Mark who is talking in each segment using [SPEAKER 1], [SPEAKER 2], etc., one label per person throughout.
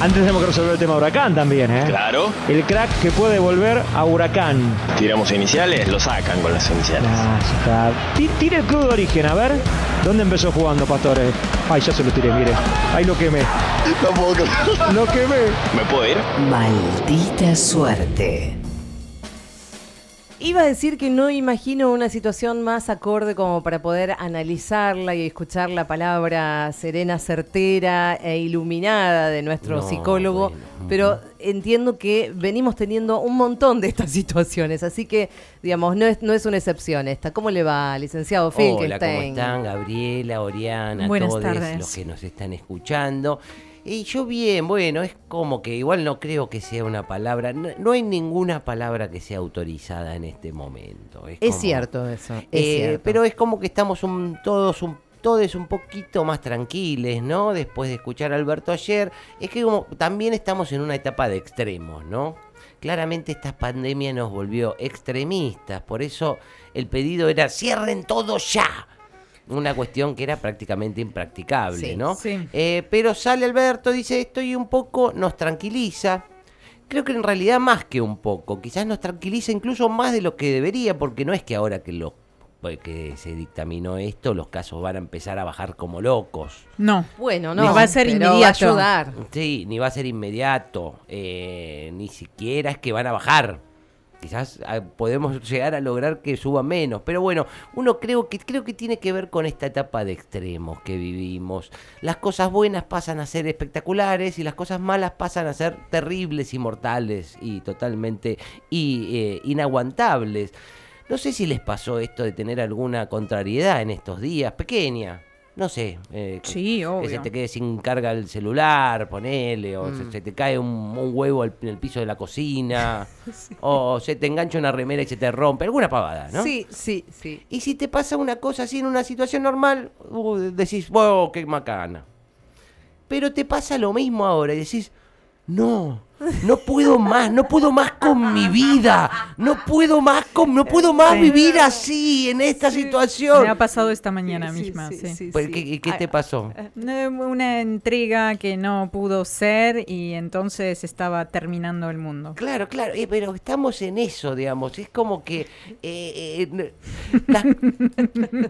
[SPEAKER 1] Antes tenemos que resolver el tema Huracán también, ¿eh?
[SPEAKER 2] Claro.
[SPEAKER 1] El crack que puede volver a Huracán.
[SPEAKER 2] Tiramos iniciales, lo sacan con las iniciales.
[SPEAKER 1] Ah, ya está. Ti- Tire el club de origen, a ver. ¿Dónde empezó jugando, Pastores? Ay, ya se lo tiré, mire. Ay, lo quemé. Lo quemé.
[SPEAKER 2] ¿Me puedo ir?
[SPEAKER 3] Maldita suerte.
[SPEAKER 4] Iba a decir que no imagino una situación más acorde como para poder analizarla y escuchar la palabra serena, certera e iluminada de nuestro
[SPEAKER 5] No,
[SPEAKER 4] psicólogo,
[SPEAKER 5] bueno.
[SPEAKER 4] pero entiendo que venimos teniendo un montón de estas situaciones, así que, digamos, no es, no es una excepción esta. ¿Cómo le va, licenciado
[SPEAKER 5] Hola, ¿cómo
[SPEAKER 4] Finkelstein?
[SPEAKER 5] están? Gabriela, Oriana,
[SPEAKER 6] Buenas
[SPEAKER 5] todos
[SPEAKER 6] tardes.
[SPEAKER 5] los que nos están escuchando. Y yo bien, bueno, es como que igual no creo que sea una palabra, no, no hay ninguna palabra que sea autorizada en este momento. Es,
[SPEAKER 4] Es
[SPEAKER 5] como-
[SPEAKER 4] cierto eso, es
[SPEAKER 5] Eh,
[SPEAKER 4] cierto.
[SPEAKER 5] Pero es como que estamos un- todos un todos un poquito más tranquiles, ¿no? Después de escuchar a Alberto ayer, es que como también estamos en una etapa de extremos, ¿no? Claramente esta pandemia nos volvió extremistas, por eso el pedido era cierren todo ya. Una cuestión que era prácticamente impracticable,
[SPEAKER 4] Sí,
[SPEAKER 5] ¿no?
[SPEAKER 6] sí.
[SPEAKER 5] Eh, pero sale Alberto, dice esto y un poco nos tranquiliza. Creo que en realidad más que un poco, quizás nos tranquiliza incluso más de lo que debería, porque no es que ahora que lo pues, que se dictaminó esto, los casos van a empezar a bajar como locos.
[SPEAKER 6] No.
[SPEAKER 4] Bueno,
[SPEAKER 6] Nos
[SPEAKER 4] no,
[SPEAKER 6] va a ser
[SPEAKER 4] pero va a
[SPEAKER 6] inmediato.
[SPEAKER 4] ayudar.
[SPEAKER 5] Sí, ni va a ser inmediato, eh, ni siquiera es que van a bajar. Quizás ah, podemos llegar a lograr que suba menos, pero bueno, uno creo que creo que tiene que ver con esta etapa de extremos que vivimos. Las cosas buenas pasan a ser espectaculares y las cosas malas pasan a ser terribles y mortales y totalmente y, eh, inaguantables. No sé si les pasó esto de tener alguna contrariedad en estos días, pequeña. No sé. eh,
[SPEAKER 6] Sí,
[SPEAKER 5] que se
[SPEAKER 6] obvio. Mm.
[SPEAKER 5] te quede sin carga el celular, ponele, o se, se te cae un, un huevo al- en el piso de la cocina, o se te engancha una remera y se te rompe, alguna pavada, ¿no?
[SPEAKER 4] Sí, sí, sí.
[SPEAKER 5] Y si te pasa una cosa así en una situación normal, uh, decís, wow, qué macana. Pero te pasa lo mismo ahora y decís, no, no puedo más, no puedo más con mi vida, no puedo más con, no puedo más
[SPEAKER 6] Sí.
[SPEAKER 5] vivir así en esta situación.
[SPEAKER 6] Me ha pasado esta mañana misma, sí.
[SPEAKER 5] Pues, ¿qué- ¿Y qué te pasó?
[SPEAKER 6] No, Una entrega que no pudo ser y entonces estaba terminando el mundo.
[SPEAKER 5] Claro, claro, eh, pero estamos en eso, digamos. Es como que eh, eh, n- las-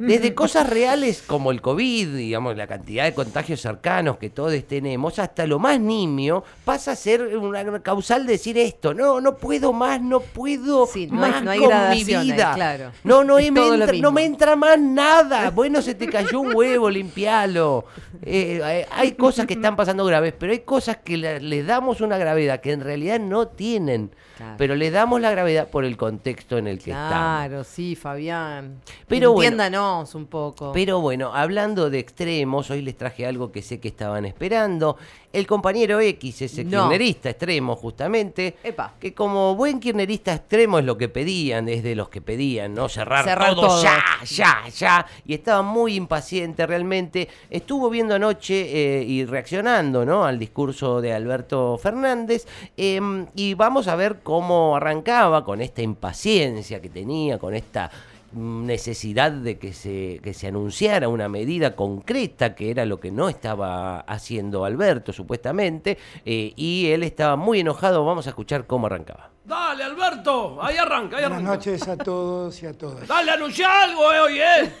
[SPEAKER 5] desde cosas reales como el COVID, digamos, la cantidad de contagios cercanos que todos tenemos, hasta lo más nimio, pasa a ser una causal de decir esto. No, no puedo más, no puedo
[SPEAKER 4] Sí, no hay-
[SPEAKER 5] más
[SPEAKER 4] no hay
[SPEAKER 5] con mi
[SPEAKER 4] gradaciones,
[SPEAKER 5] vida.
[SPEAKER 4] claro.
[SPEAKER 5] No, no,
[SPEAKER 4] Es
[SPEAKER 5] eh, me
[SPEAKER 4] todo lo
[SPEAKER 5] entra- no me
[SPEAKER 4] mismo.
[SPEAKER 5] entra más nada. Bueno, se te cayó un huevo, limpialo. Eh, eh, hay cosas que están pasando graves, pero hay cosas que le, le damos una gravedad que en realidad no tienen.
[SPEAKER 4] Claro.
[SPEAKER 5] Pero le damos la gravedad por el contexto en el que estamos.
[SPEAKER 4] Claro, sí, Fabián.
[SPEAKER 5] Pero bueno.
[SPEAKER 4] Entiéndanos un poco.
[SPEAKER 5] Pero bueno, hablando de extremos, hoy les traje algo que sé que estaban esperando. El compañero X, ese
[SPEAKER 4] No.
[SPEAKER 5] kirchnerista extremo, justamente.
[SPEAKER 4] Epa.
[SPEAKER 5] Que como buen kirchnerista extremo es lo que pedían, es de los que pedían, ¿no? Cerrar,
[SPEAKER 4] Cerrar
[SPEAKER 5] todo,
[SPEAKER 4] todo.
[SPEAKER 5] ya, ya, ya. Y estaba muy impaciente realmente. Estuvo viendo anoche eh, y reaccionando, ¿no? Al discurso de Alberto Fernández. Em, y vamos a ver cómo arrancaba con esta impaciencia que tenía, con esta mm, necesidad de que se, que se anunciara una medida concreta, que era lo que no estaba haciendo Alberto, supuestamente, eh, y él estaba muy enojado, vamos a escuchar cómo arrancaba.
[SPEAKER 7] Dale, Alberto. Ahí arranca, ahí
[SPEAKER 8] Buenas
[SPEAKER 7] arranca.
[SPEAKER 8] noches a todos y a todas.
[SPEAKER 7] Dale, anuncia algo, eh, hoy, eh.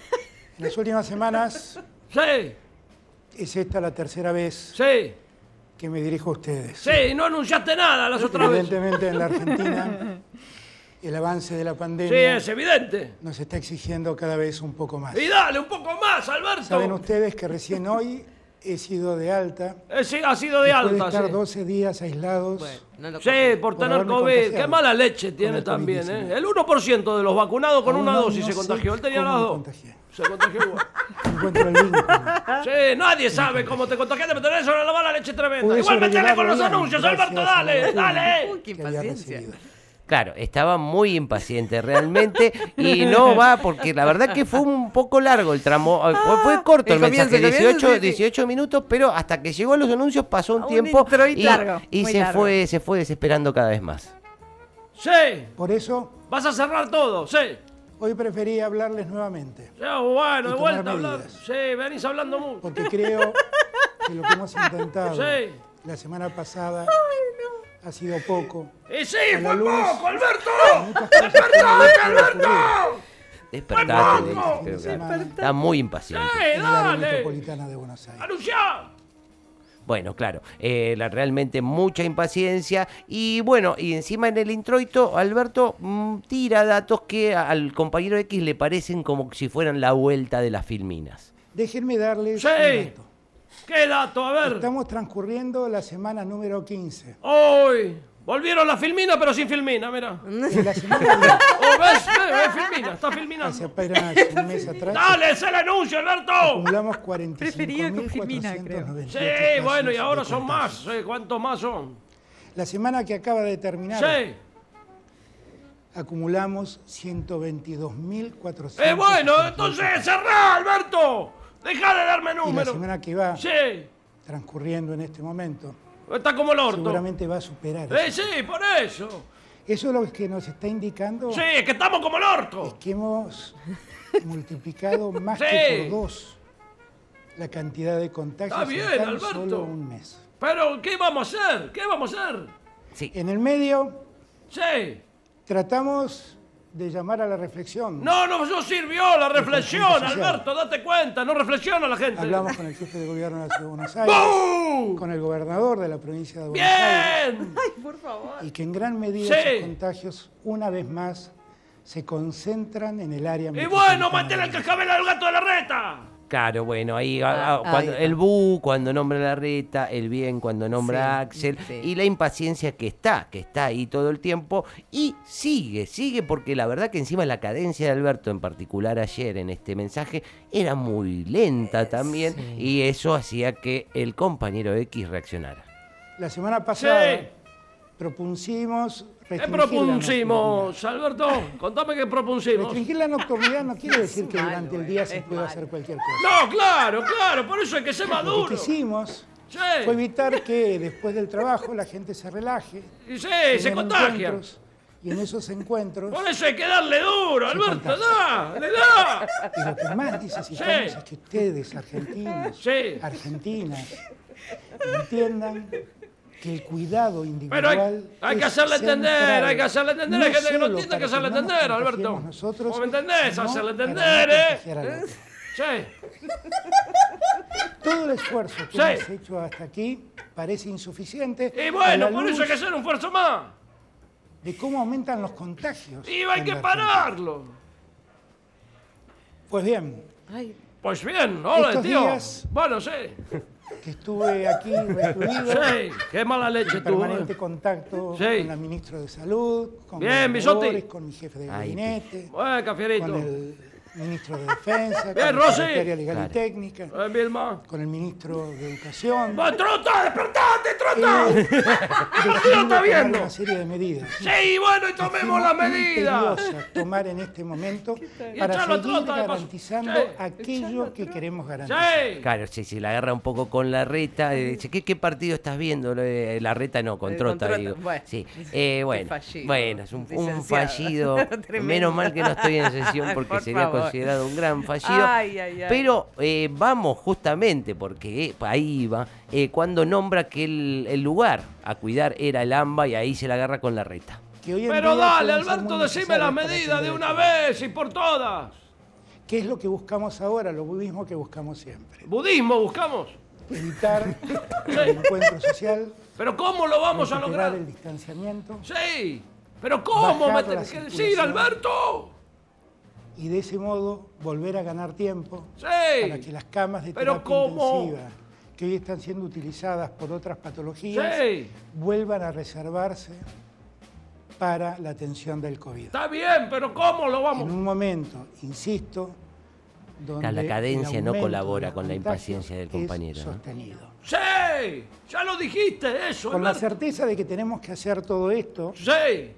[SPEAKER 8] En las últimas semanas
[SPEAKER 7] Sí,
[SPEAKER 8] es esta la tercera vez
[SPEAKER 7] sí,
[SPEAKER 8] que me dirijo a ustedes.
[SPEAKER 7] sí, Eh, no anunciaste nada las otras veces.
[SPEAKER 8] Evidentemente en la Argentina el avance de la
[SPEAKER 7] Sí,
[SPEAKER 8] pandemia
[SPEAKER 7] es evidente.
[SPEAKER 8] nos está exigiendo cada vez un poco más.
[SPEAKER 7] Y dale un poco más, Alberto.
[SPEAKER 8] Saben ustedes que recién hoy he sido de alta.
[SPEAKER 7] Eh, sí, ha sido de
[SPEAKER 8] después de
[SPEAKER 7] alta.
[SPEAKER 8] estar
[SPEAKER 7] sí.
[SPEAKER 8] 12 días aislados.
[SPEAKER 4] Bueno, no lo
[SPEAKER 7] Sí, por
[SPEAKER 8] Por
[SPEAKER 7] tener
[SPEAKER 8] haberme
[SPEAKER 7] COVID.
[SPEAKER 8] contagiado.
[SPEAKER 7] Qué mala leche tiene
[SPEAKER 8] el
[SPEAKER 7] también,
[SPEAKER 8] COVID-19.
[SPEAKER 7] ¿eh? El 1% de los vacunados con
[SPEAKER 8] Aún
[SPEAKER 7] una
[SPEAKER 8] no-
[SPEAKER 7] dosis
[SPEAKER 8] no
[SPEAKER 7] se
[SPEAKER 8] sé
[SPEAKER 7] contagió. Él tenía
[SPEAKER 8] cómo
[SPEAKER 7] las
[SPEAKER 8] me
[SPEAKER 7] dos.
[SPEAKER 8] contagié.
[SPEAKER 7] Se contagió igual.
[SPEAKER 8] No Encuentro el vínculo.
[SPEAKER 7] Sí, nadie sabe cómo te contagiaste, pero tenés una mala leche tremenda.
[SPEAKER 8] Pude
[SPEAKER 7] Igual metele con
[SPEAKER 8] sobrellevarlo
[SPEAKER 7] los
[SPEAKER 8] bien,
[SPEAKER 7] anuncios, Alberto,
[SPEAKER 8] gracias a la
[SPEAKER 7] dale,
[SPEAKER 8] vacuna.
[SPEAKER 7] dale.
[SPEAKER 4] Uy, qué
[SPEAKER 8] que había
[SPEAKER 4] impaciencia.
[SPEAKER 8] recibido.
[SPEAKER 5] Claro, estaba muy impaciente realmente y no va porque la verdad que fue un poco largo el tramo, eh, fue, fue corto el,
[SPEAKER 4] el comienzo,
[SPEAKER 5] mensaje,
[SPEAKER 4] el comienzo, sí,
[SPEAKER 5] 18,
[SPEAKER 4] sí.
[SPEAKER 5] 18 minutos, pero hasta que llegó a los anuncios pasó un
[SPEAKER 6] Un
[SPEAKER 5] tiempo
[SPEAKER 6] introit
[SPEAKER 5] y,
[SPEAKER 6] largo,
[SPEAKER 5] y
[SPEAKER 6] muy
[SPEAKER 5] se
[SPEAKER 6] largo.
[SPEAKER 5] fue se fue desesperando cada vez más.
[SPEAKER 7] Sí,
[SPEAKER 8] Por eso
[SPEAKER 7] vas a cerrar todo, sí.
[SPEAKER 8] hoy preferí hablarles nuevamente.
[SPEAKER 7] Ya, bueno,
[SPEAKER 8] Y
[SPEAKER 7] de
[SPEAKER 8] tomar
[SPEAKER 7] vuelta a hablar.
[SPEAKER 8] medidas.
[SPEAKER 7] Sí, venís hablando mucho.
[SPEAKER 8] porque creo que lo que hemos intentado
[SPEAKER 7] Sí.
[SPEAKER 8] la semana pasada ha sido poco.
[SPEAKER 7] ¡Y sí,
[SPEAKER 8] A la
[SPEAKER 7] fue
[SPEAKER 8] luz.
[SPEAKER 7] poco, Alberto!
[SPEAKER 8] Muchas cosas que no
[SPEAKER 7] ¡Despertate,
[SPEAKER 8] debieron ocurrir
[SPEAKER 7] Alberto!
[SPEAKER 5] Despertate, le
[SPEAKER 7] ¡Vamos!
[SPEAKER 5] dice, creo que-
[SPEAKER 8] Despertate.
[SPEAKER 5] Está muy impaciente.
[SPEAKER 7] ¡Eh,
[SPEAKER 8] en el área
[SPEAKER 7] dale!
[SPEAKER 8] metropolitana de Buenos Aires.
[SPEAKER 7] ¡Anunciá!
[SPEAKER 5] Bueno, claro, eh, la- realmente mucha impaciencia y bueno, y encima en el introito Alberto mm, tira datos que a- al compañero X le parecen como si fueran la vuelta de las filminas.
[SPEAKER 8] Déjenme darles
[SPEAKER 7] Sí.
[SPEAKER 8] un dato.
[SPEAKER 7] ¡Qué dato! A ver.
[SPEAKER 8] Estamos transcurriendo la semana número 15.
[SPEAKER 7] ¡Hoy! Volvieron las filminas, pero sin filmina, mira.
[SPEAKER 8] En la semana de
[SPEAKER 7] Oh, ¿Ves? ¿Ves? ¿Ves? Filmina, está
[SPEAKER 8] hace
[SPEAKER 7] filminando.
[SPEAKER 8] apenas un mes atrás,
[SPEAKER 7] ¡Dale, es el anuncio, Alberto!
[SPEAKER 8] acumulamos
[SPEAKER 6] Prefería con Filmina, creo.
[SPEAKER 8] 45.498
[SPEAKER 7] Sí,
[SPEAKER 8] casos
[SPEAKER 7] bueno, y ahora
[SPEAKER 8] de
[SPEAKER 7] son más.
[SPEAKER 8] contagios.
[SPEAKER 7] Sí, ¿Cuántos más son?
[SPEAKER 8] La semana que acaba de terminar,
[SPEAKER 7] Sí. Eh,
[SPEAKER 8] acumulamos 122.400.
[SPEAKER 7] Eh, bueno, entonces cerrá, Alberto. Deja de darme
[SPEAKER 8] Y la
[SPEAKER 7] números.
[SPEAKER 8] semana que va
[SPEAKER 7] Sí.
[SPEAKER 8] transcurriendo en este momento,
[SPEAKER 7] Está como el orto.
[SPEAKER 8] seguramente va a superar.
[SPEAKER 7] Eh, sí, por eso.
[SPEAKER 8] Eso es lo que nos está indicando
[SPEAKER 7] Sí, es que estamos como el orto.
[SPEAKER 8] que hemos multiplicado más
[SPEAKER 7] Sí.
[SPEAKER 8] que por dos la cantidad de contagios
[SPEAKER 7] Está bien,
[SPEAKER 8] en tan
[SPEAKER 7] Alberto.
[SPEAKER 8] solo un mes.
[SPEAKER 7] Pero, ¿qué vamos a hacer? ¿Qué vamos a hacer?
[SPEAKER 5] Sí,
[SPEAKER 8] En el medio
[SPEAKER 7] Sí.
[SPEAKER 8] tratamos de llamar a la reflexión.
[SPEAKER 7] No, no, no sirvió la reflexión,
[SPEAKER 8] Social.
[SPEAKER 7] Alberto, date cuenta, no reflexiona la gente.
[SPEAKER 8] Hablamos con el jefe de gobierno de la Ciudad de Buenos Aires,
[SPEAKER 7] ¡Bú!
[SPEAKER 8] con el gobernador de la provincia de Buenos Aires,
[SPEAKER 7] ¡Bien!
[SPEAKER 8] y que en gran medida
[SPEAKER 7] Sí.
[SPEAKER 8] esos contagios, una vez más, se concentran en el área
[SPEAKER 7] Y bueno, mantén
[SPEAKER 8] metropolitana.
[SPEAKER 7] el cascabel al gato de la reta.
[SPEAKER 5] claro, bueno, ahí, ah,
[SPEAKER 4] Ah, ahí
[SPEAKER 5] cuando-
[SPEAKER 4] está.
[SPEAKER 5] el bu cuando nombra la reta, el bien cuando nombra a Axel
[SPEAKER 4] sí.
[SPEAKER 5] y la impaciencia que está, que está ahí todo el tiempo y sigue, sigue porque la verdad que encima la cadencia de Alberto en particular ayer en este mensaje era muy lenta también y eso hacía que el compañero X reaccionara.
[SPEAKER 8] La semana pasada
[SPEAKER 7] Sí.
[SPEAKER 8] propusimos
[SPEAKER 7] ¿Qué
[SPEAKER 8] restringir la
[SPEAKER 7] propusimos, Alberto? Contame qué
[SPEAKER 8] nocturnidad.
[SPEAKER 7] propusimos.
[SPEAKER 8] Restringir la nocturnidad no quiere decir que
[SPEAKER 4] malo,
[SPEAKER 8] durante el día
[SPEAKER 4] eh,
[SPEAKER 8] se
[SPEAKER 4] es
[SPEAKER 8] pueda
[SPEAKER 4] malo.
[SPEAKER 8] hacer cualquier cosa.
[SPEAKER 7] No, claro, claro, por eso hay que ser
[SPEAKER 8] Lo que
[SPEAKER 7] maduro. Sí,
[SPEAKER 8] quisimos
[SPEAKER 7] sí,
[SPEAKER 8] fue evitar que después del trabajo la gente se relaje,
[SPEAKER 7] se
[SPEAKER 8] tengan
[SPEAKER 7] contagia.
[SPEAKER 8] encuentros, y en esos encuentros,
[SPEAKER 7] Por eso hay que darle duro, Alberto, da, le da.
[SPEAKER 8] y lo que más necesitamos es
[SPEAKER 7] Sí.
[SPEAKER 8] que ustedes, argentinos,
[SPEAKER 7] Sí.
[SPEAKER 8] argentinas, entiendan que el cuidado
[SPEAKER 7] Pero
[SPEAKER 8] individual
[SPEAKER 7] hay, hay que
[SPEAKER 8] es
[SPEAKER 7] hacerle entender,
[SPEAKER 8] central,
[SPEAKER 7] hay que hacerle entender. Hay
[SPEAKER 8] no
[SPEAKER 7] gente que no
[SPEAKER 8] solo
[SPEAKER 7] entiende, hay que
[SPEAKER 8] para no
[SPEAKER 7] hacerle
[SPEAKER 8] nos
[SPEAKER 7] entender, Alberto.
[SPEAKER 8] contagiemos Nosotros,
[SPEAKER 7] ¿Vos me entendés?
[SPEAKER 8] sino para
[SPEAKER 7] Hacerle
[SPEAKER 8] no
[SPEAKER 7] entender,
[SPEAKER 8] contagiar al
[SPEAKER 7] ¿eh?
[SPEAKER 8] otro.
[SPEAKER 7] Sí.
[SPEAKER 8] Todo el esfuerzo que
[SPEAKER 7] Sí.
[SPEAKER 8] hemos hecho hasta aquí parece insuficiente.
[SPEAKER 7] Y
[SPEAKER 8] a la
[SPEAKER 7] bueno, por
[SPEAKER 8] luz
[SPEAKER 7] eso hay que hacer un esfuerzo más.
[SPEAKER 8] de cómo aumentan los contagios.
[SPEAKER 7] Y hay
[SPEAKER 8] en
[SPEAKER 7] que
[SPEAKER 8] la Argentina.
[SPEAKER 7] pararlo.
[SPEAKER 8] Pues bien,
[SPEAKER 4] Ay,
[SPEAKER 7] Pues bien, hola,
[SPEAKER 8] Estos
[SPEAKER 7] tío.
[SPEAKER 8] días-
[SPEAKER 7] Bueno, sí.
[SPEAKER 8] que estuve aquí recluido,
[SPEAKER 7] Sí, qué mala leche
[SPEAKER 8] en
[SPEAKER 7] tú.
[SPEAKER 8] permanente contacto
[SPEAKER 7] Sí.
[SPEAKER 8] con la ministra de Salud, con
[SPEAKER 7] Bien,
[SPEAKER 8] gobernadores,
[SPEAKER 7] Bisotti.
[SPEAKER 8] con mi jefe de
[SPEAKER 5] Ay,
[SPEAKER 8] gabinete,
[SPEAKER 7] Bueno,
[SPEAKER 8] con
[SPEAKER 7] Eh, cafierito.
[SPEAKER 8] el ministro de Defensa,
[SPEAKER 7] Bien,
[SPEAKER 8] con la
[SPEAKER 7] Rossi.
[SPEAKER 8] secretaria legal
[SPEAKER 5] Claro.
[SPEAKER 8] y técnica,
[SPEAKER 7] Eh, Vilma.
[SPEAKER 8] con el ministro de Educación.
[SPEAKER 7] ¡Vos, trota! ¡Despertate, trota!
[SPEAKER 8] Eh,
[SPEAKER 7] tío
[SPEAKER 8] decidimos
[SPEAKER 7] está
[SPEAKER 8] tomar
[SPEAKER 7] viendo.
[SPEAKER 8] una serie de medidas.
[SPEAKER 7] Sí, bueno, y tomemos las
[SPEAKER 8] Muy
[SPEAKER 7] medidas.
[SPEAKER 8] tediosas tomar en este momento
[SPEAKER 7] Y
[SPEAKER 8] para
[SPEAKER 7] echalo a
[SPEAKER 8] seguir
[SPEAKER 7] trota, de paso.
[SPEAKER 8] garantizando
[SPEAKER 7] Sí.
[SPEAKER 8] aquello que queremos garantizar.
[SPEAKER 7] Sí.
[SPEAKER 5] Claro, sí, sí, la agarra un poco con la reta. eh, dice, ¿qué, qué partido estás viendo? Eh, La reta no, con
[SPEAKER 4] Eh,
[SPEAKER 5] Trota,
[SPEAKER 4] con Trota,
[SPEAKER 5] digo.
[SPEAKER 4] bueno.
[SPEAKER 5] sí. Eh, bueno,
[SPEAKER 4] fallido,
[SPEAKER 5] bueno, es un, un
[SPEAKER 4] licenciado.
[SPEAKER 5] fallido.
[SPEAKER 4] Tremendo.
[SPEAKER 5] Menos mal que no estoy en sesión
[SPEAKER 4] Ay,
[SPEAKER 5] porque
[SPEAKER 4] por
[SPEAKER 5] sería
[SPEAKER 4] favor.
[SPEAKER 5] considerado un gran fallido.
[SPEAKER 4] Ay, ay, ay.
[SPEAKER 5] Pero eh, vamos justamente, porque eh, ahí va, eh, cuando nombra que el, el lugar a cuidar era el AMBA y ahí se la agarra con la reta.
[SPEAKER 8] Que hoy en
[SPEAKER 7] Pero
[SPEAKER 8] día
[SPEAKER 7] dale,
[SPEAKER 8] pueden ser muy
[SPEAKER 7] Alberto, decime
[SPEAKER 8] necesarias
[SPEAKER 7] las
[SPEAKER 8] para
[SPEAKER 7] medidas de
[SPEAKER 8] atender
[SPEAKER 7] una
[SPEAKER 8] el
[SPEAKER 7] vez y por todas.
[SPEAKER 8] ¿Qué es lo que buscamos ahora? Lo mismo que buscamos siempre.
[SPEAKER 7] Budismo buscamos.
[SPEAKER 8] Evitar el encuentro social,
[SPEAKER 7] Pero ¿cómo lo vamos a
[SPEAKER 8] recuperar
[SPEAKER 7] lograr?
[SPEAKER 8] el distanciamiento
[SPEAKER 7] Sí. Pero ¿cómo me
[SPEAKER 8] Bajar la
[SPEAKER 7] tenés que decir,
[SPEAKER 8] circulación.
[SPEAKER 7] Alberto?
[SPEAKER 8] y de ese modo volver a ganar tiempo para que
[SPEAKER 7] Sí.
[SPEAKER 8] las camas de
[SPEAKER 7] Pero
[SPEAKER 8] terapia
[SPEAKER 7] ¿cómo?
[SPEAKER 8] intensiva que hoy están siendo utilizadas por otras patologías
[SPEAKER 7] Sí.
[SPEAKER 8] vuelvan a reservarse para la atención del COVID.
[SPEAKER 7] Está bien, pero ¿cómo lo
[SPEAKER 8] En
[SPEAKER 7] vamos?
[SPEAKER 8] un momento, insisto, donde
[SPEAKER 5] La cadencia
[SPEAKER 8] el
[SPEAKER 5] no
[SPEAKER 8] aumento
[SPEAKER 5] colabora
[SPEAKER 8] de los
[SPEAKER 5] con la
[SPEAKER 8] contagios
[SPEAKER 5] impaciencia del
[SPEAKER 8] es
[SPEAKER 5] compañero, ¿no?
[SPEAKER 8] sostenido.
[SPEAKER 7] Sí. Ya lo dijiste, eso,
[SPEAKER 8] Con la
[SPEAKER 7] Alberto.
[SPEAKER 8] certeza de que tenemos que hacer todo esto,
[SPEAKER 7] Sí.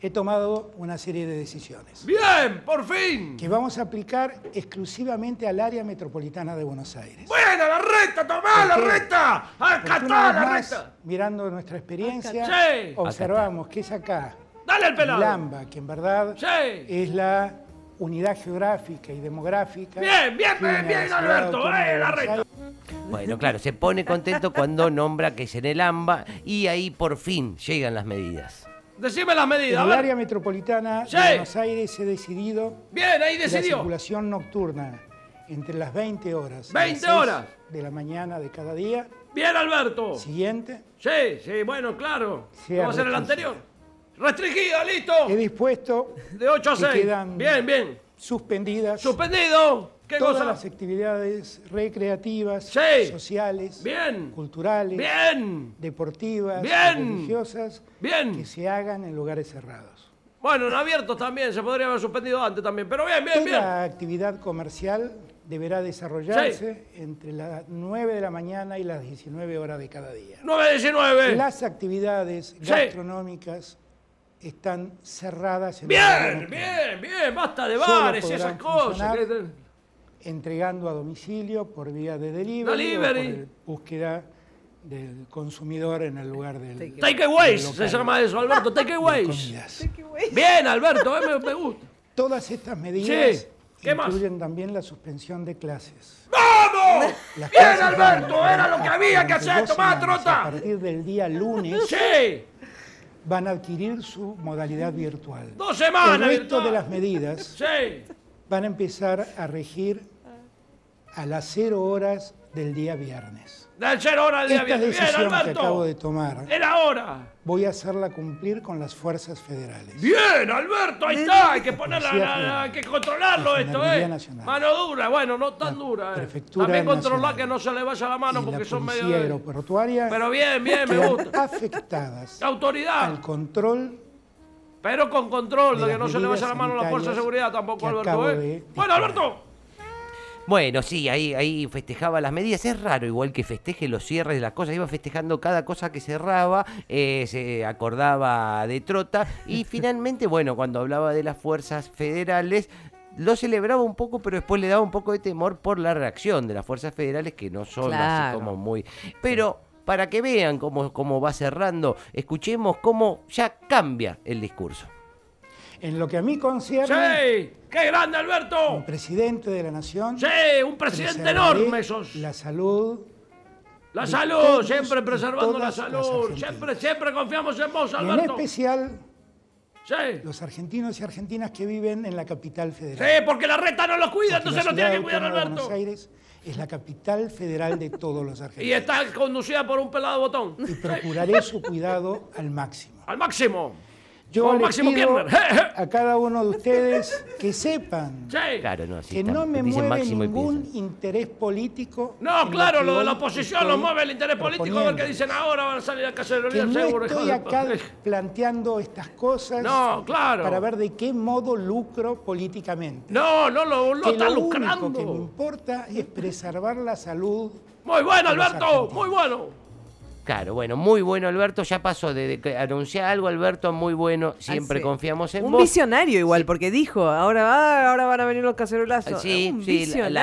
[SPEAKER 8] he tomado una serie de decisiones
[SPEAKER 7] Bien, por fin.
[SPEAKER 8] que vamos a aplicar exclusivamente al área metropolitana de Buenos Aires.
[SPEAKER 7] Buena la reta, tomá la
[SPEAKER 8] ¿Por qué?
[SPEAKER 7] reta.
[SPEAKER 8] Porque una
[SPEAKER 7] Acatá
[SPEAKER 8] vez
[SPEAKER 7] la
[SPEAKER 8] más,
[SPEAKER 7] reta.
[SPEAKER 8] Mirando nuestra experiencia,
[SPEAKER 7] Acatá. Sí.
[SPEAKER 8] observamos que es acá,
[SPEAKER 7] Dale el pelado.
[SPEAKER 8] Lamba, Eh, que en verdad
[SPEAKER 7] Sí.
[SPEAKER 8] es la unidad geográfica y demográfica.
[SPEAKER 7] Bien, bien,
[SPEAKER 8] que
[SPEAKER 7] bien,
[SPEAKER 8] una
[SPEAKER 7] bien,
[SPEAKER 8] ciudad
[SPEAKER 7] Alberto,
[SPEAKER 8] autónoma
[SPEAKER 7] eh,
[SPEAKER 8] de
[SPEAKER 7] la
[SPEAKER 8] Buenos
[SPEAKER 7] reta.
[SPEAKER 8] Aires
[SPEAKER 5] Bueno, claro, se pone contento cuando nombra que es en el AMBA y ahí por fin llegan las medidas.
[SPEAKER 7] Decime las
[SPEAKER 8] En
[SPEAKER 7] medidas,
[SPEAKER 8] el
[SPEAKER 7] a ver.
[SPEAKER 8] área metropolitana
[SPEAKER 7] Sí.
[SPEAKER 8] de Buenos Aires se ha decidido
[SPEAKER 7] Bien, ahí
[SPEAKER 8] la
[SPEAKER 7] decidió.
[SPEAKER 8] circulación nocturna entre las 20 horas y las
[SPEAKER 7] 20
[SPEAKER 8] seis
[SPEAKER 7] horas.
[SPEAKER 8] de la mañana de cada día
[SPEAKER 7] Bien, Alberto. Sí,
[SPEAKER 8] siguiente
[SPEAKER 7] sí, bueno, claro.
[SPEAKER 8] Sí,
[SPEAKER 7] ¿Cómo va a ser el
[SPEAKER 8] restringida.
[SPEAKER 7] anterior? Restringida, listo.
[SPEAKER 8] he dispuesto
[SPEAKER 7] De 8 a
[SPEAKER 8] que
[SPEAKER 7] 6.
[SPEAKER 8] quedan-
[SPEAKER 7] Bien, bien.
[SPEAKER 8] suspendidas
[SPEAKER 7] Suspendido. ¿Qué
[SPEAKER 8] todas
[SPEAKER 7] cosa?
[SPEAKER 8] las actividades recreativas,
[SPEAKER 7] Sí.
[SPEAKER 8] sociales,
[SPEAKER 7] Bien.
[SPEAKER 8] culturales,
[SPEAKER 7] Bien.
[SPEAKER 8] deportivas,
[SPEAKER 7] Bien.
[SPEAKER 8] religiosas
[SPEAKER 7] Bien.
[SPEAKER 8] que se hagan en lugares cerrados.
[SPEAKER 7] Bueno, en abiertos también. Se podría haber suspendido antes también. Pero bien, bien, bien.
[SPEAKER 8] Toda actividad comercial deberá desarrollarse entre las 9 de la mañana y las 19 horas de cada día.
[SPEAKER 7] 919.
[SPEAKER 8] Las actividades gastronómicas están cerradas en horario
[SPEAKER 7] Bien,
[SPEAKER 8] nocturno,
[SPEAKER 7] bien, bien. Basta de
[SPEAKER 8] Solo
[SPEAKER 7] bares y
[SPEAKER 8] podrán
[SPEAKER 7] esas cosas.
[SPEAKER 8] funcionar entregando a domicilio por vía de delivery,
[SPEAKER 7] Delivery.
[SPEAKER 8] O por el- búsqueda del consumidor en el lugar del
[SPEAKER 7] Takeaways
[SPEAKER 8] del
[SPEAKER 7] se
[SPEAKER 8] local
[SPEAKER 7] llama eso, Alberto.
[SPEAKER 8] de
[SPEAKER 7] Takeaways.
[SPEAKER 8] comidas.
[SPEAKER 7] Bien, Alberto. eh, me, me gusta.
[SPEAKER 8] Todas estas medidas
[SPEAKER 7] Sí. ¿Qué más?
[SPEAKER 8] incluyen también la suspensión de clases.
[SPEAKER 7] ¡Vamos!
[SPEAKER 8] Las
[SPEAKER 7] Bien,
[SPEAKER 8] clases van
[SPEAKER 7] Alberto.
[SPEAKER 8] a-
[SPEAKER 7] Era lo que había que
[SPEAKER 8] durante
[SPEAKER 7] hacer.
[SPEAKER 8] dos
[SPEAKER 7] Tomá,
[SPEAKER 8] semanas, A
[SPEAKER 7] trota.
[SPEAKER 8] partir del día lunes
[SPEAKER 7] Sí.
[SPEAKER 8] van a adquirir su modalidad virtual.
[SPEAKER 7] Dos semanas,
[SPEAKER 8] El resto
[SPEAKER 7] virtual.
[SPEAKER 8] de las medidas
[SPEAKER 7] Sí.
[SPEAKER 8] van a empezar a regir a las cero horas del día viernes.
[SPEAKER 7] Del cero hora al día
[SPEAKER 8] Esta
[SPEAKER 7] viernes. Bien,
[SPEAKER 8] decisión que acabo de
[SPEAKER 7] Alberto.
[SPEAKER 8] tomar
[SPEAKER 7] Era hora.
[SPEAKER 8] voy a hacerla cumplir con las fuerzas federales.
[SPEAKER 7] Bien, Alberto, ahí está. Hay que ponerla,
[SPEAKER 8] Policía
[SPEAKER 7] la- la- hay que controlarlo
[SPEAKER 8] La
[SPEAKER 7] esto,
[SPEAKER 8] Gendarmería
[SPEAKER 7] ¿eh?
[SPEAKER 8] Nacional.
[SPEAKER 7] Mano dura, bueno, no tan
[SPEAKER 8] La
[SPEAKER 7] dura. Eh.
[SPEAKER 8] Prefectura
[SPEAKER 7] También controlar
[SPEAKER 8] Nacional.
[SPEAKER 7] que no se le vaya la
[SPEAKER 8] y
[SPEAKER 7] mano
[SPEAKER 8] la
[SPEAKER 7] porque
[SPEAKER 8] policía
[SPEAKER 7] son medio. de-
[SPEAKER 8] aeroportuaria
[SPEAKER 7] Pero bien, bien, me
[SPEAKER 8] quedan
[SPEAKER 7] gusta.
[SPEAKER 8] afectadas
[SPEAKER 7] Autoridad,
[SPEAKER 8] al control
[SPEAKER 7] pero con control, de
[SPEAKER 8] de
[SPEAKER 7] que no
[SPEAKER 8] las
[SPEAKER 7] se le vaya
[SPEAKER 8] medidas
[SPEAKER 7] la mano a la fuerza de
[SPEAKER 8] sanitarias
[SPEAKER 7] seguridad tampoco,
[SPEAKER 8] que
[SPEAKER 7] Alberto,
[SPEAKER 8] acabo
[SPEAKER 7] ¿eh?
[SPEAKER 8] de
[SPEAKER 7] Bueno,
[SPEAKER 8] explicar.
[SPEAKER 7] Alberto.
[SPEAKER 5] Bueno, sí, ahí, ahí festejaba las medidas. Es raro, igual que festeje los cierres de las cosas. Iba festejando cada cosa que cerraba, eh, se acordaba de trota. Y finalmente, bueno, cuando hablaba de las fuerzas federales, lo celebraba un poco, pero después le daba un poco de temor por la reacción de las fuerzas federales, que no son así
[SPEAKER 4] Claro.
[SPEAKER 5] como muy. Pero. Para que vean cómo, cómo va cerrando, escuchemos cómo ya cambia el discurso.
[SPEAKER 8] en lo que a mí concierne.
[SPEAKER 7] ¡Sí! ¡Qué grande, Alberto!
[SPEAKER 8] como presidente de la nación.
[SPEAKER 7] ¡Sí! Un presidente
[SPEAKER 8] preservaré
[SPEAKER 7] enorme sos.
[SPEAKER 8] La salud
[SPEAKER 7] La
[SPEAKER 8] de
[SPEAKER 7] salud,
[SPEAKER 8] todos
[SPEAKER 7] siempre
[SPEAKER 8] y
[SPEAKER 7] preservando la
[SPEAKER 8] todas las
[SPEAKER 7] salud.
[SPEAKER 8] argentinas.
[SPEAKER 7] Siempre, siempre confiamos en vos,
[SPEAKER 8] y en este
[SPEAKER 7] Alberto.
[SPEAKER 8] especial
[SPEAKER 7] Sí.
[SPEAKER 8] los argentinos y argentinas que viven en la capital federal.
[SPEAKER 7] Sí, porque la reta no los cuida,
[SPEAKER 8] Porque
[SPEAKER 7] entonces
[SPEAKER 8] la
[SPEAKER 7] lo tiene
[SPEAKER 8] ciudad
[SPEAKER 7] que cuidar
[SPEAKER 8] autónoma de
[SPEAKER 7] Alberto.
[SPEAKER 8] Buenos Aires es la capital federal de todos los
[SPEAKER 7] Y
[SPEAKER 8] argentinos.
[SPEAKER 7] está conducida por un pelado botón.
[SPEAKER 8] Y procuraré su cuidado al máximo.
[SPEAKER 7] Al máximo.
[SPEAKER 8] Yo
[SPEAKER 7] Con
[SPEAKER 8] les
[SPEAKER 7] Máximo
[SPEAKER 8] pido
[SPEAKER 7] Kirchner. Je, je.
[SPEAKER 8] a cada uno de ustedes que sepan
[SPEAKER 7] Sí.
[SPEAKER 5] Claro, no, así
[SPEAKER 8] Eh, que
[SPEAKER 5] está-
[SPEAKER 8] no me
[SPEAKER 5] dicen
[SPEAKER 8] mueve
[SPEAKER 5] máximo y
[SPEAKER 8] ningún
[SPEAKER 5] piensan.
[SPEAKER 8] interés político. en
[SPEAKER 7] No, claro,
[SPEAKER 8] que
[SPEAKER 7] lo de la
[SPEAKER 8] hoy
[SPEAKER 7] oposición
[SPEAKER 8] estoy
[SPEAKER 7] lo mueve el interés político. A ver qué
[SPEAKER 8] proponiendo.
[SPEAKER 7] dicen ahora, van a salir a
[SPEAKER 8] Que
[SPEAKER 7] cacerolear
[SPEAKER 8] no
[SPEAKER 7] seguro. hijo
[SPEAKER 8] estoy
[SPEAKER 7] de-
[SPEAKER 8] acá planteando estas cosas
[SPEAKER 7] No, claro.
[SPEAKER 8] para ver de qué modo lucro políticamente.
[SPEAKER 7] No, no lo, lo
[SPEAKER 8] Que
[SPEAKER 7] está
[SPEAKER 8] lo único que me
[SPEAKER 7] lucrando.
[SPEAKER 8] importa es preservar la salud.
[SPEAKER 7] Muy bueno,
[SPEAKER 8] de los
[SPEAKER 7] Alberto,
[SPEAKER 8] argentinos.
[SPEAKER 7] muy bueno.
[SPEAKER 5] Claro, bueno, muy bueno Alberto, ya pasó de, de que anuncié algo Alberto, muy bueno, siempre
[SPEAKER 4] Hace-
[SPEAKER 5] confiamos en
[SPEAKER 4] Ah, Un
[SPEAKER 5] vos.
[SPEAKER 4] visionario igual, porque dijo, ahora, va- ahora van a venir los cacerolazos.
[SPEAKER 5] Ah, Sí,
[SPEAKER 4] Un
[SPEAKER 5] sí, la- la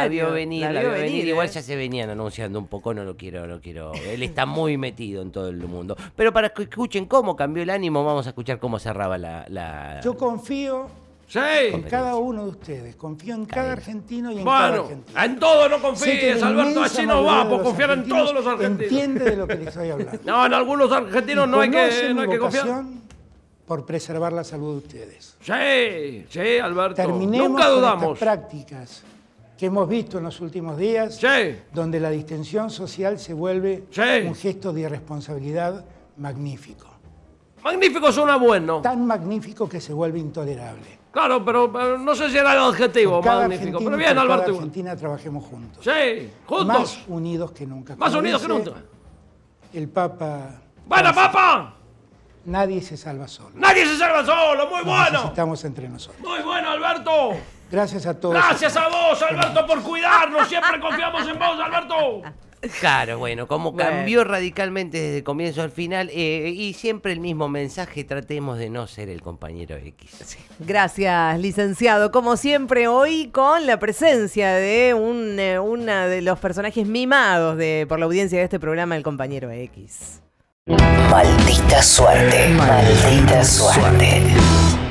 [SPEAKER 4] visionario,
[SPEAKER 5] vio venir, la, vio venir, igual
[SPEAKER 4] ¿eh?
[SPEAKER 5] ya se venían anunciando un poco, no lo quiero, no quiero. Él está muy metido en todo el mundo. Pero para que escuchen cómo cambió el ánimo, vamos a escuchar cómo cerraba la... la-
[SPEAKER 8] Yo confío en
[SPEAKER 7] Sí.
[SPEAKER 8] cada uno de ustedes, confío en cada argentino y en cada
[SPEAKER 7] Bueno,
[SPEAKER 8] argentino.
[SPEAKER 7] en todo no
[SPEAKER 8] Sé que
[SPEAKER 7] confíes,
[SPEAKER 8] la
[SPEAKER 7] Alberto.
[SPEAKER 8] inmensa
[SPEAKER 7] Así no
[SPEAKER 8] mayoría
[SPEAKER 7] va,
[SPEAKER 8] de
[SPEAKER 7] por
[SPEAKER 8] los
[SPEAKER 7] confiar en todos los argentinos.
[SPEAKER 8] Entiende de lo que les estoy hablando.
[SPEAKER 7] No, en algunos argentinos no hay que,
[SPEAKER 8] Conocen
[SPEAKER 7] no hay
[SPEAKER 8] mi
[SPEAKER 7] que confiar.
[SPEAKER 8] vocación por preservar la salud de ustedes.
[SPEAKER 7] Sí, sí, Alberto.
[SPEAKER 8] Terminemos
[SPEAKER 7] Nunca
[SPEAKER 8] con
[SPEAKER 7] dudamos.
[SPEAKER 8] estas prácticas que hemos visto en los últimos días,
[SPEAKER 7] Sí.
[SPEAKER 8] donde la distensión social se vuelve
[SPEAKER 7] Sí.
[SPEAKER 8] un gesto de irresponsabilidad magnífico.
[SPEAKER 7] Magnífico suena bueno.
[SPEAKER 8] Tan magnífico que se vuelve intolerable.
[SPEAKER 7] Claro, pero, pero no sé si era el adjetivo
[SPEAKER 8] Que cada
[SPEAKER 7] magnífico.
[SPEAKER 8] argentino
[SPEAKER 7] Pero
[SPEAKER 8] y
[SPEAKER 7] bien,
[SPEAKER 8] cada
[SPEAKER 7] Alberto. igual.
[SPEAKER 8] Argentina trabajemos juntos.
[SPEAKER 7] Sí, juntos.
[SPEAKER 8] Más unidos que nunca.
[SPEAKER 7] Más,
[SPEAKER 8] Como
[SPEAKER 7] unidos que
[SPEAKER 8] dice
[SPEAKER 7] nunca.
[SPEAKER 8] El Papa,
[SPEAKER 7] ¡Buena, papá!
[SPEAKER 8] nadie se salva solo.
[SPEAKER 7] ¡Nadie se salva solo! ¡Muy bueno!
[SPEAKER 8] Estamos entre nosotros.
[SPEAKER 7] ¡Muy bueno, Alberto!
[SPEAKER 8] Gracias a todos.
[SPEAKER 7] ¡Gracias a vos, Alberto, por cuidarnos! ¡Siempre confiamos en vos, Alberto!
[SPEAKER 5] Claro, bueno, cómo
[SPEAKER 4] Bueno.
[SPEAKER 5] cambió radicalmente desde el comienzo al final. eh, y siempre el mismo mensaje, tratemos de no ser el compañero X.
[SPEAKER 4] Gracias, licenciado. Como siempre, hoy con la presencia de un, eh, una de los personajes mimados de, por la audiencia de este programa, el compañero X.
[SPEAKER 3] Maldita suerte. Maldita suerte.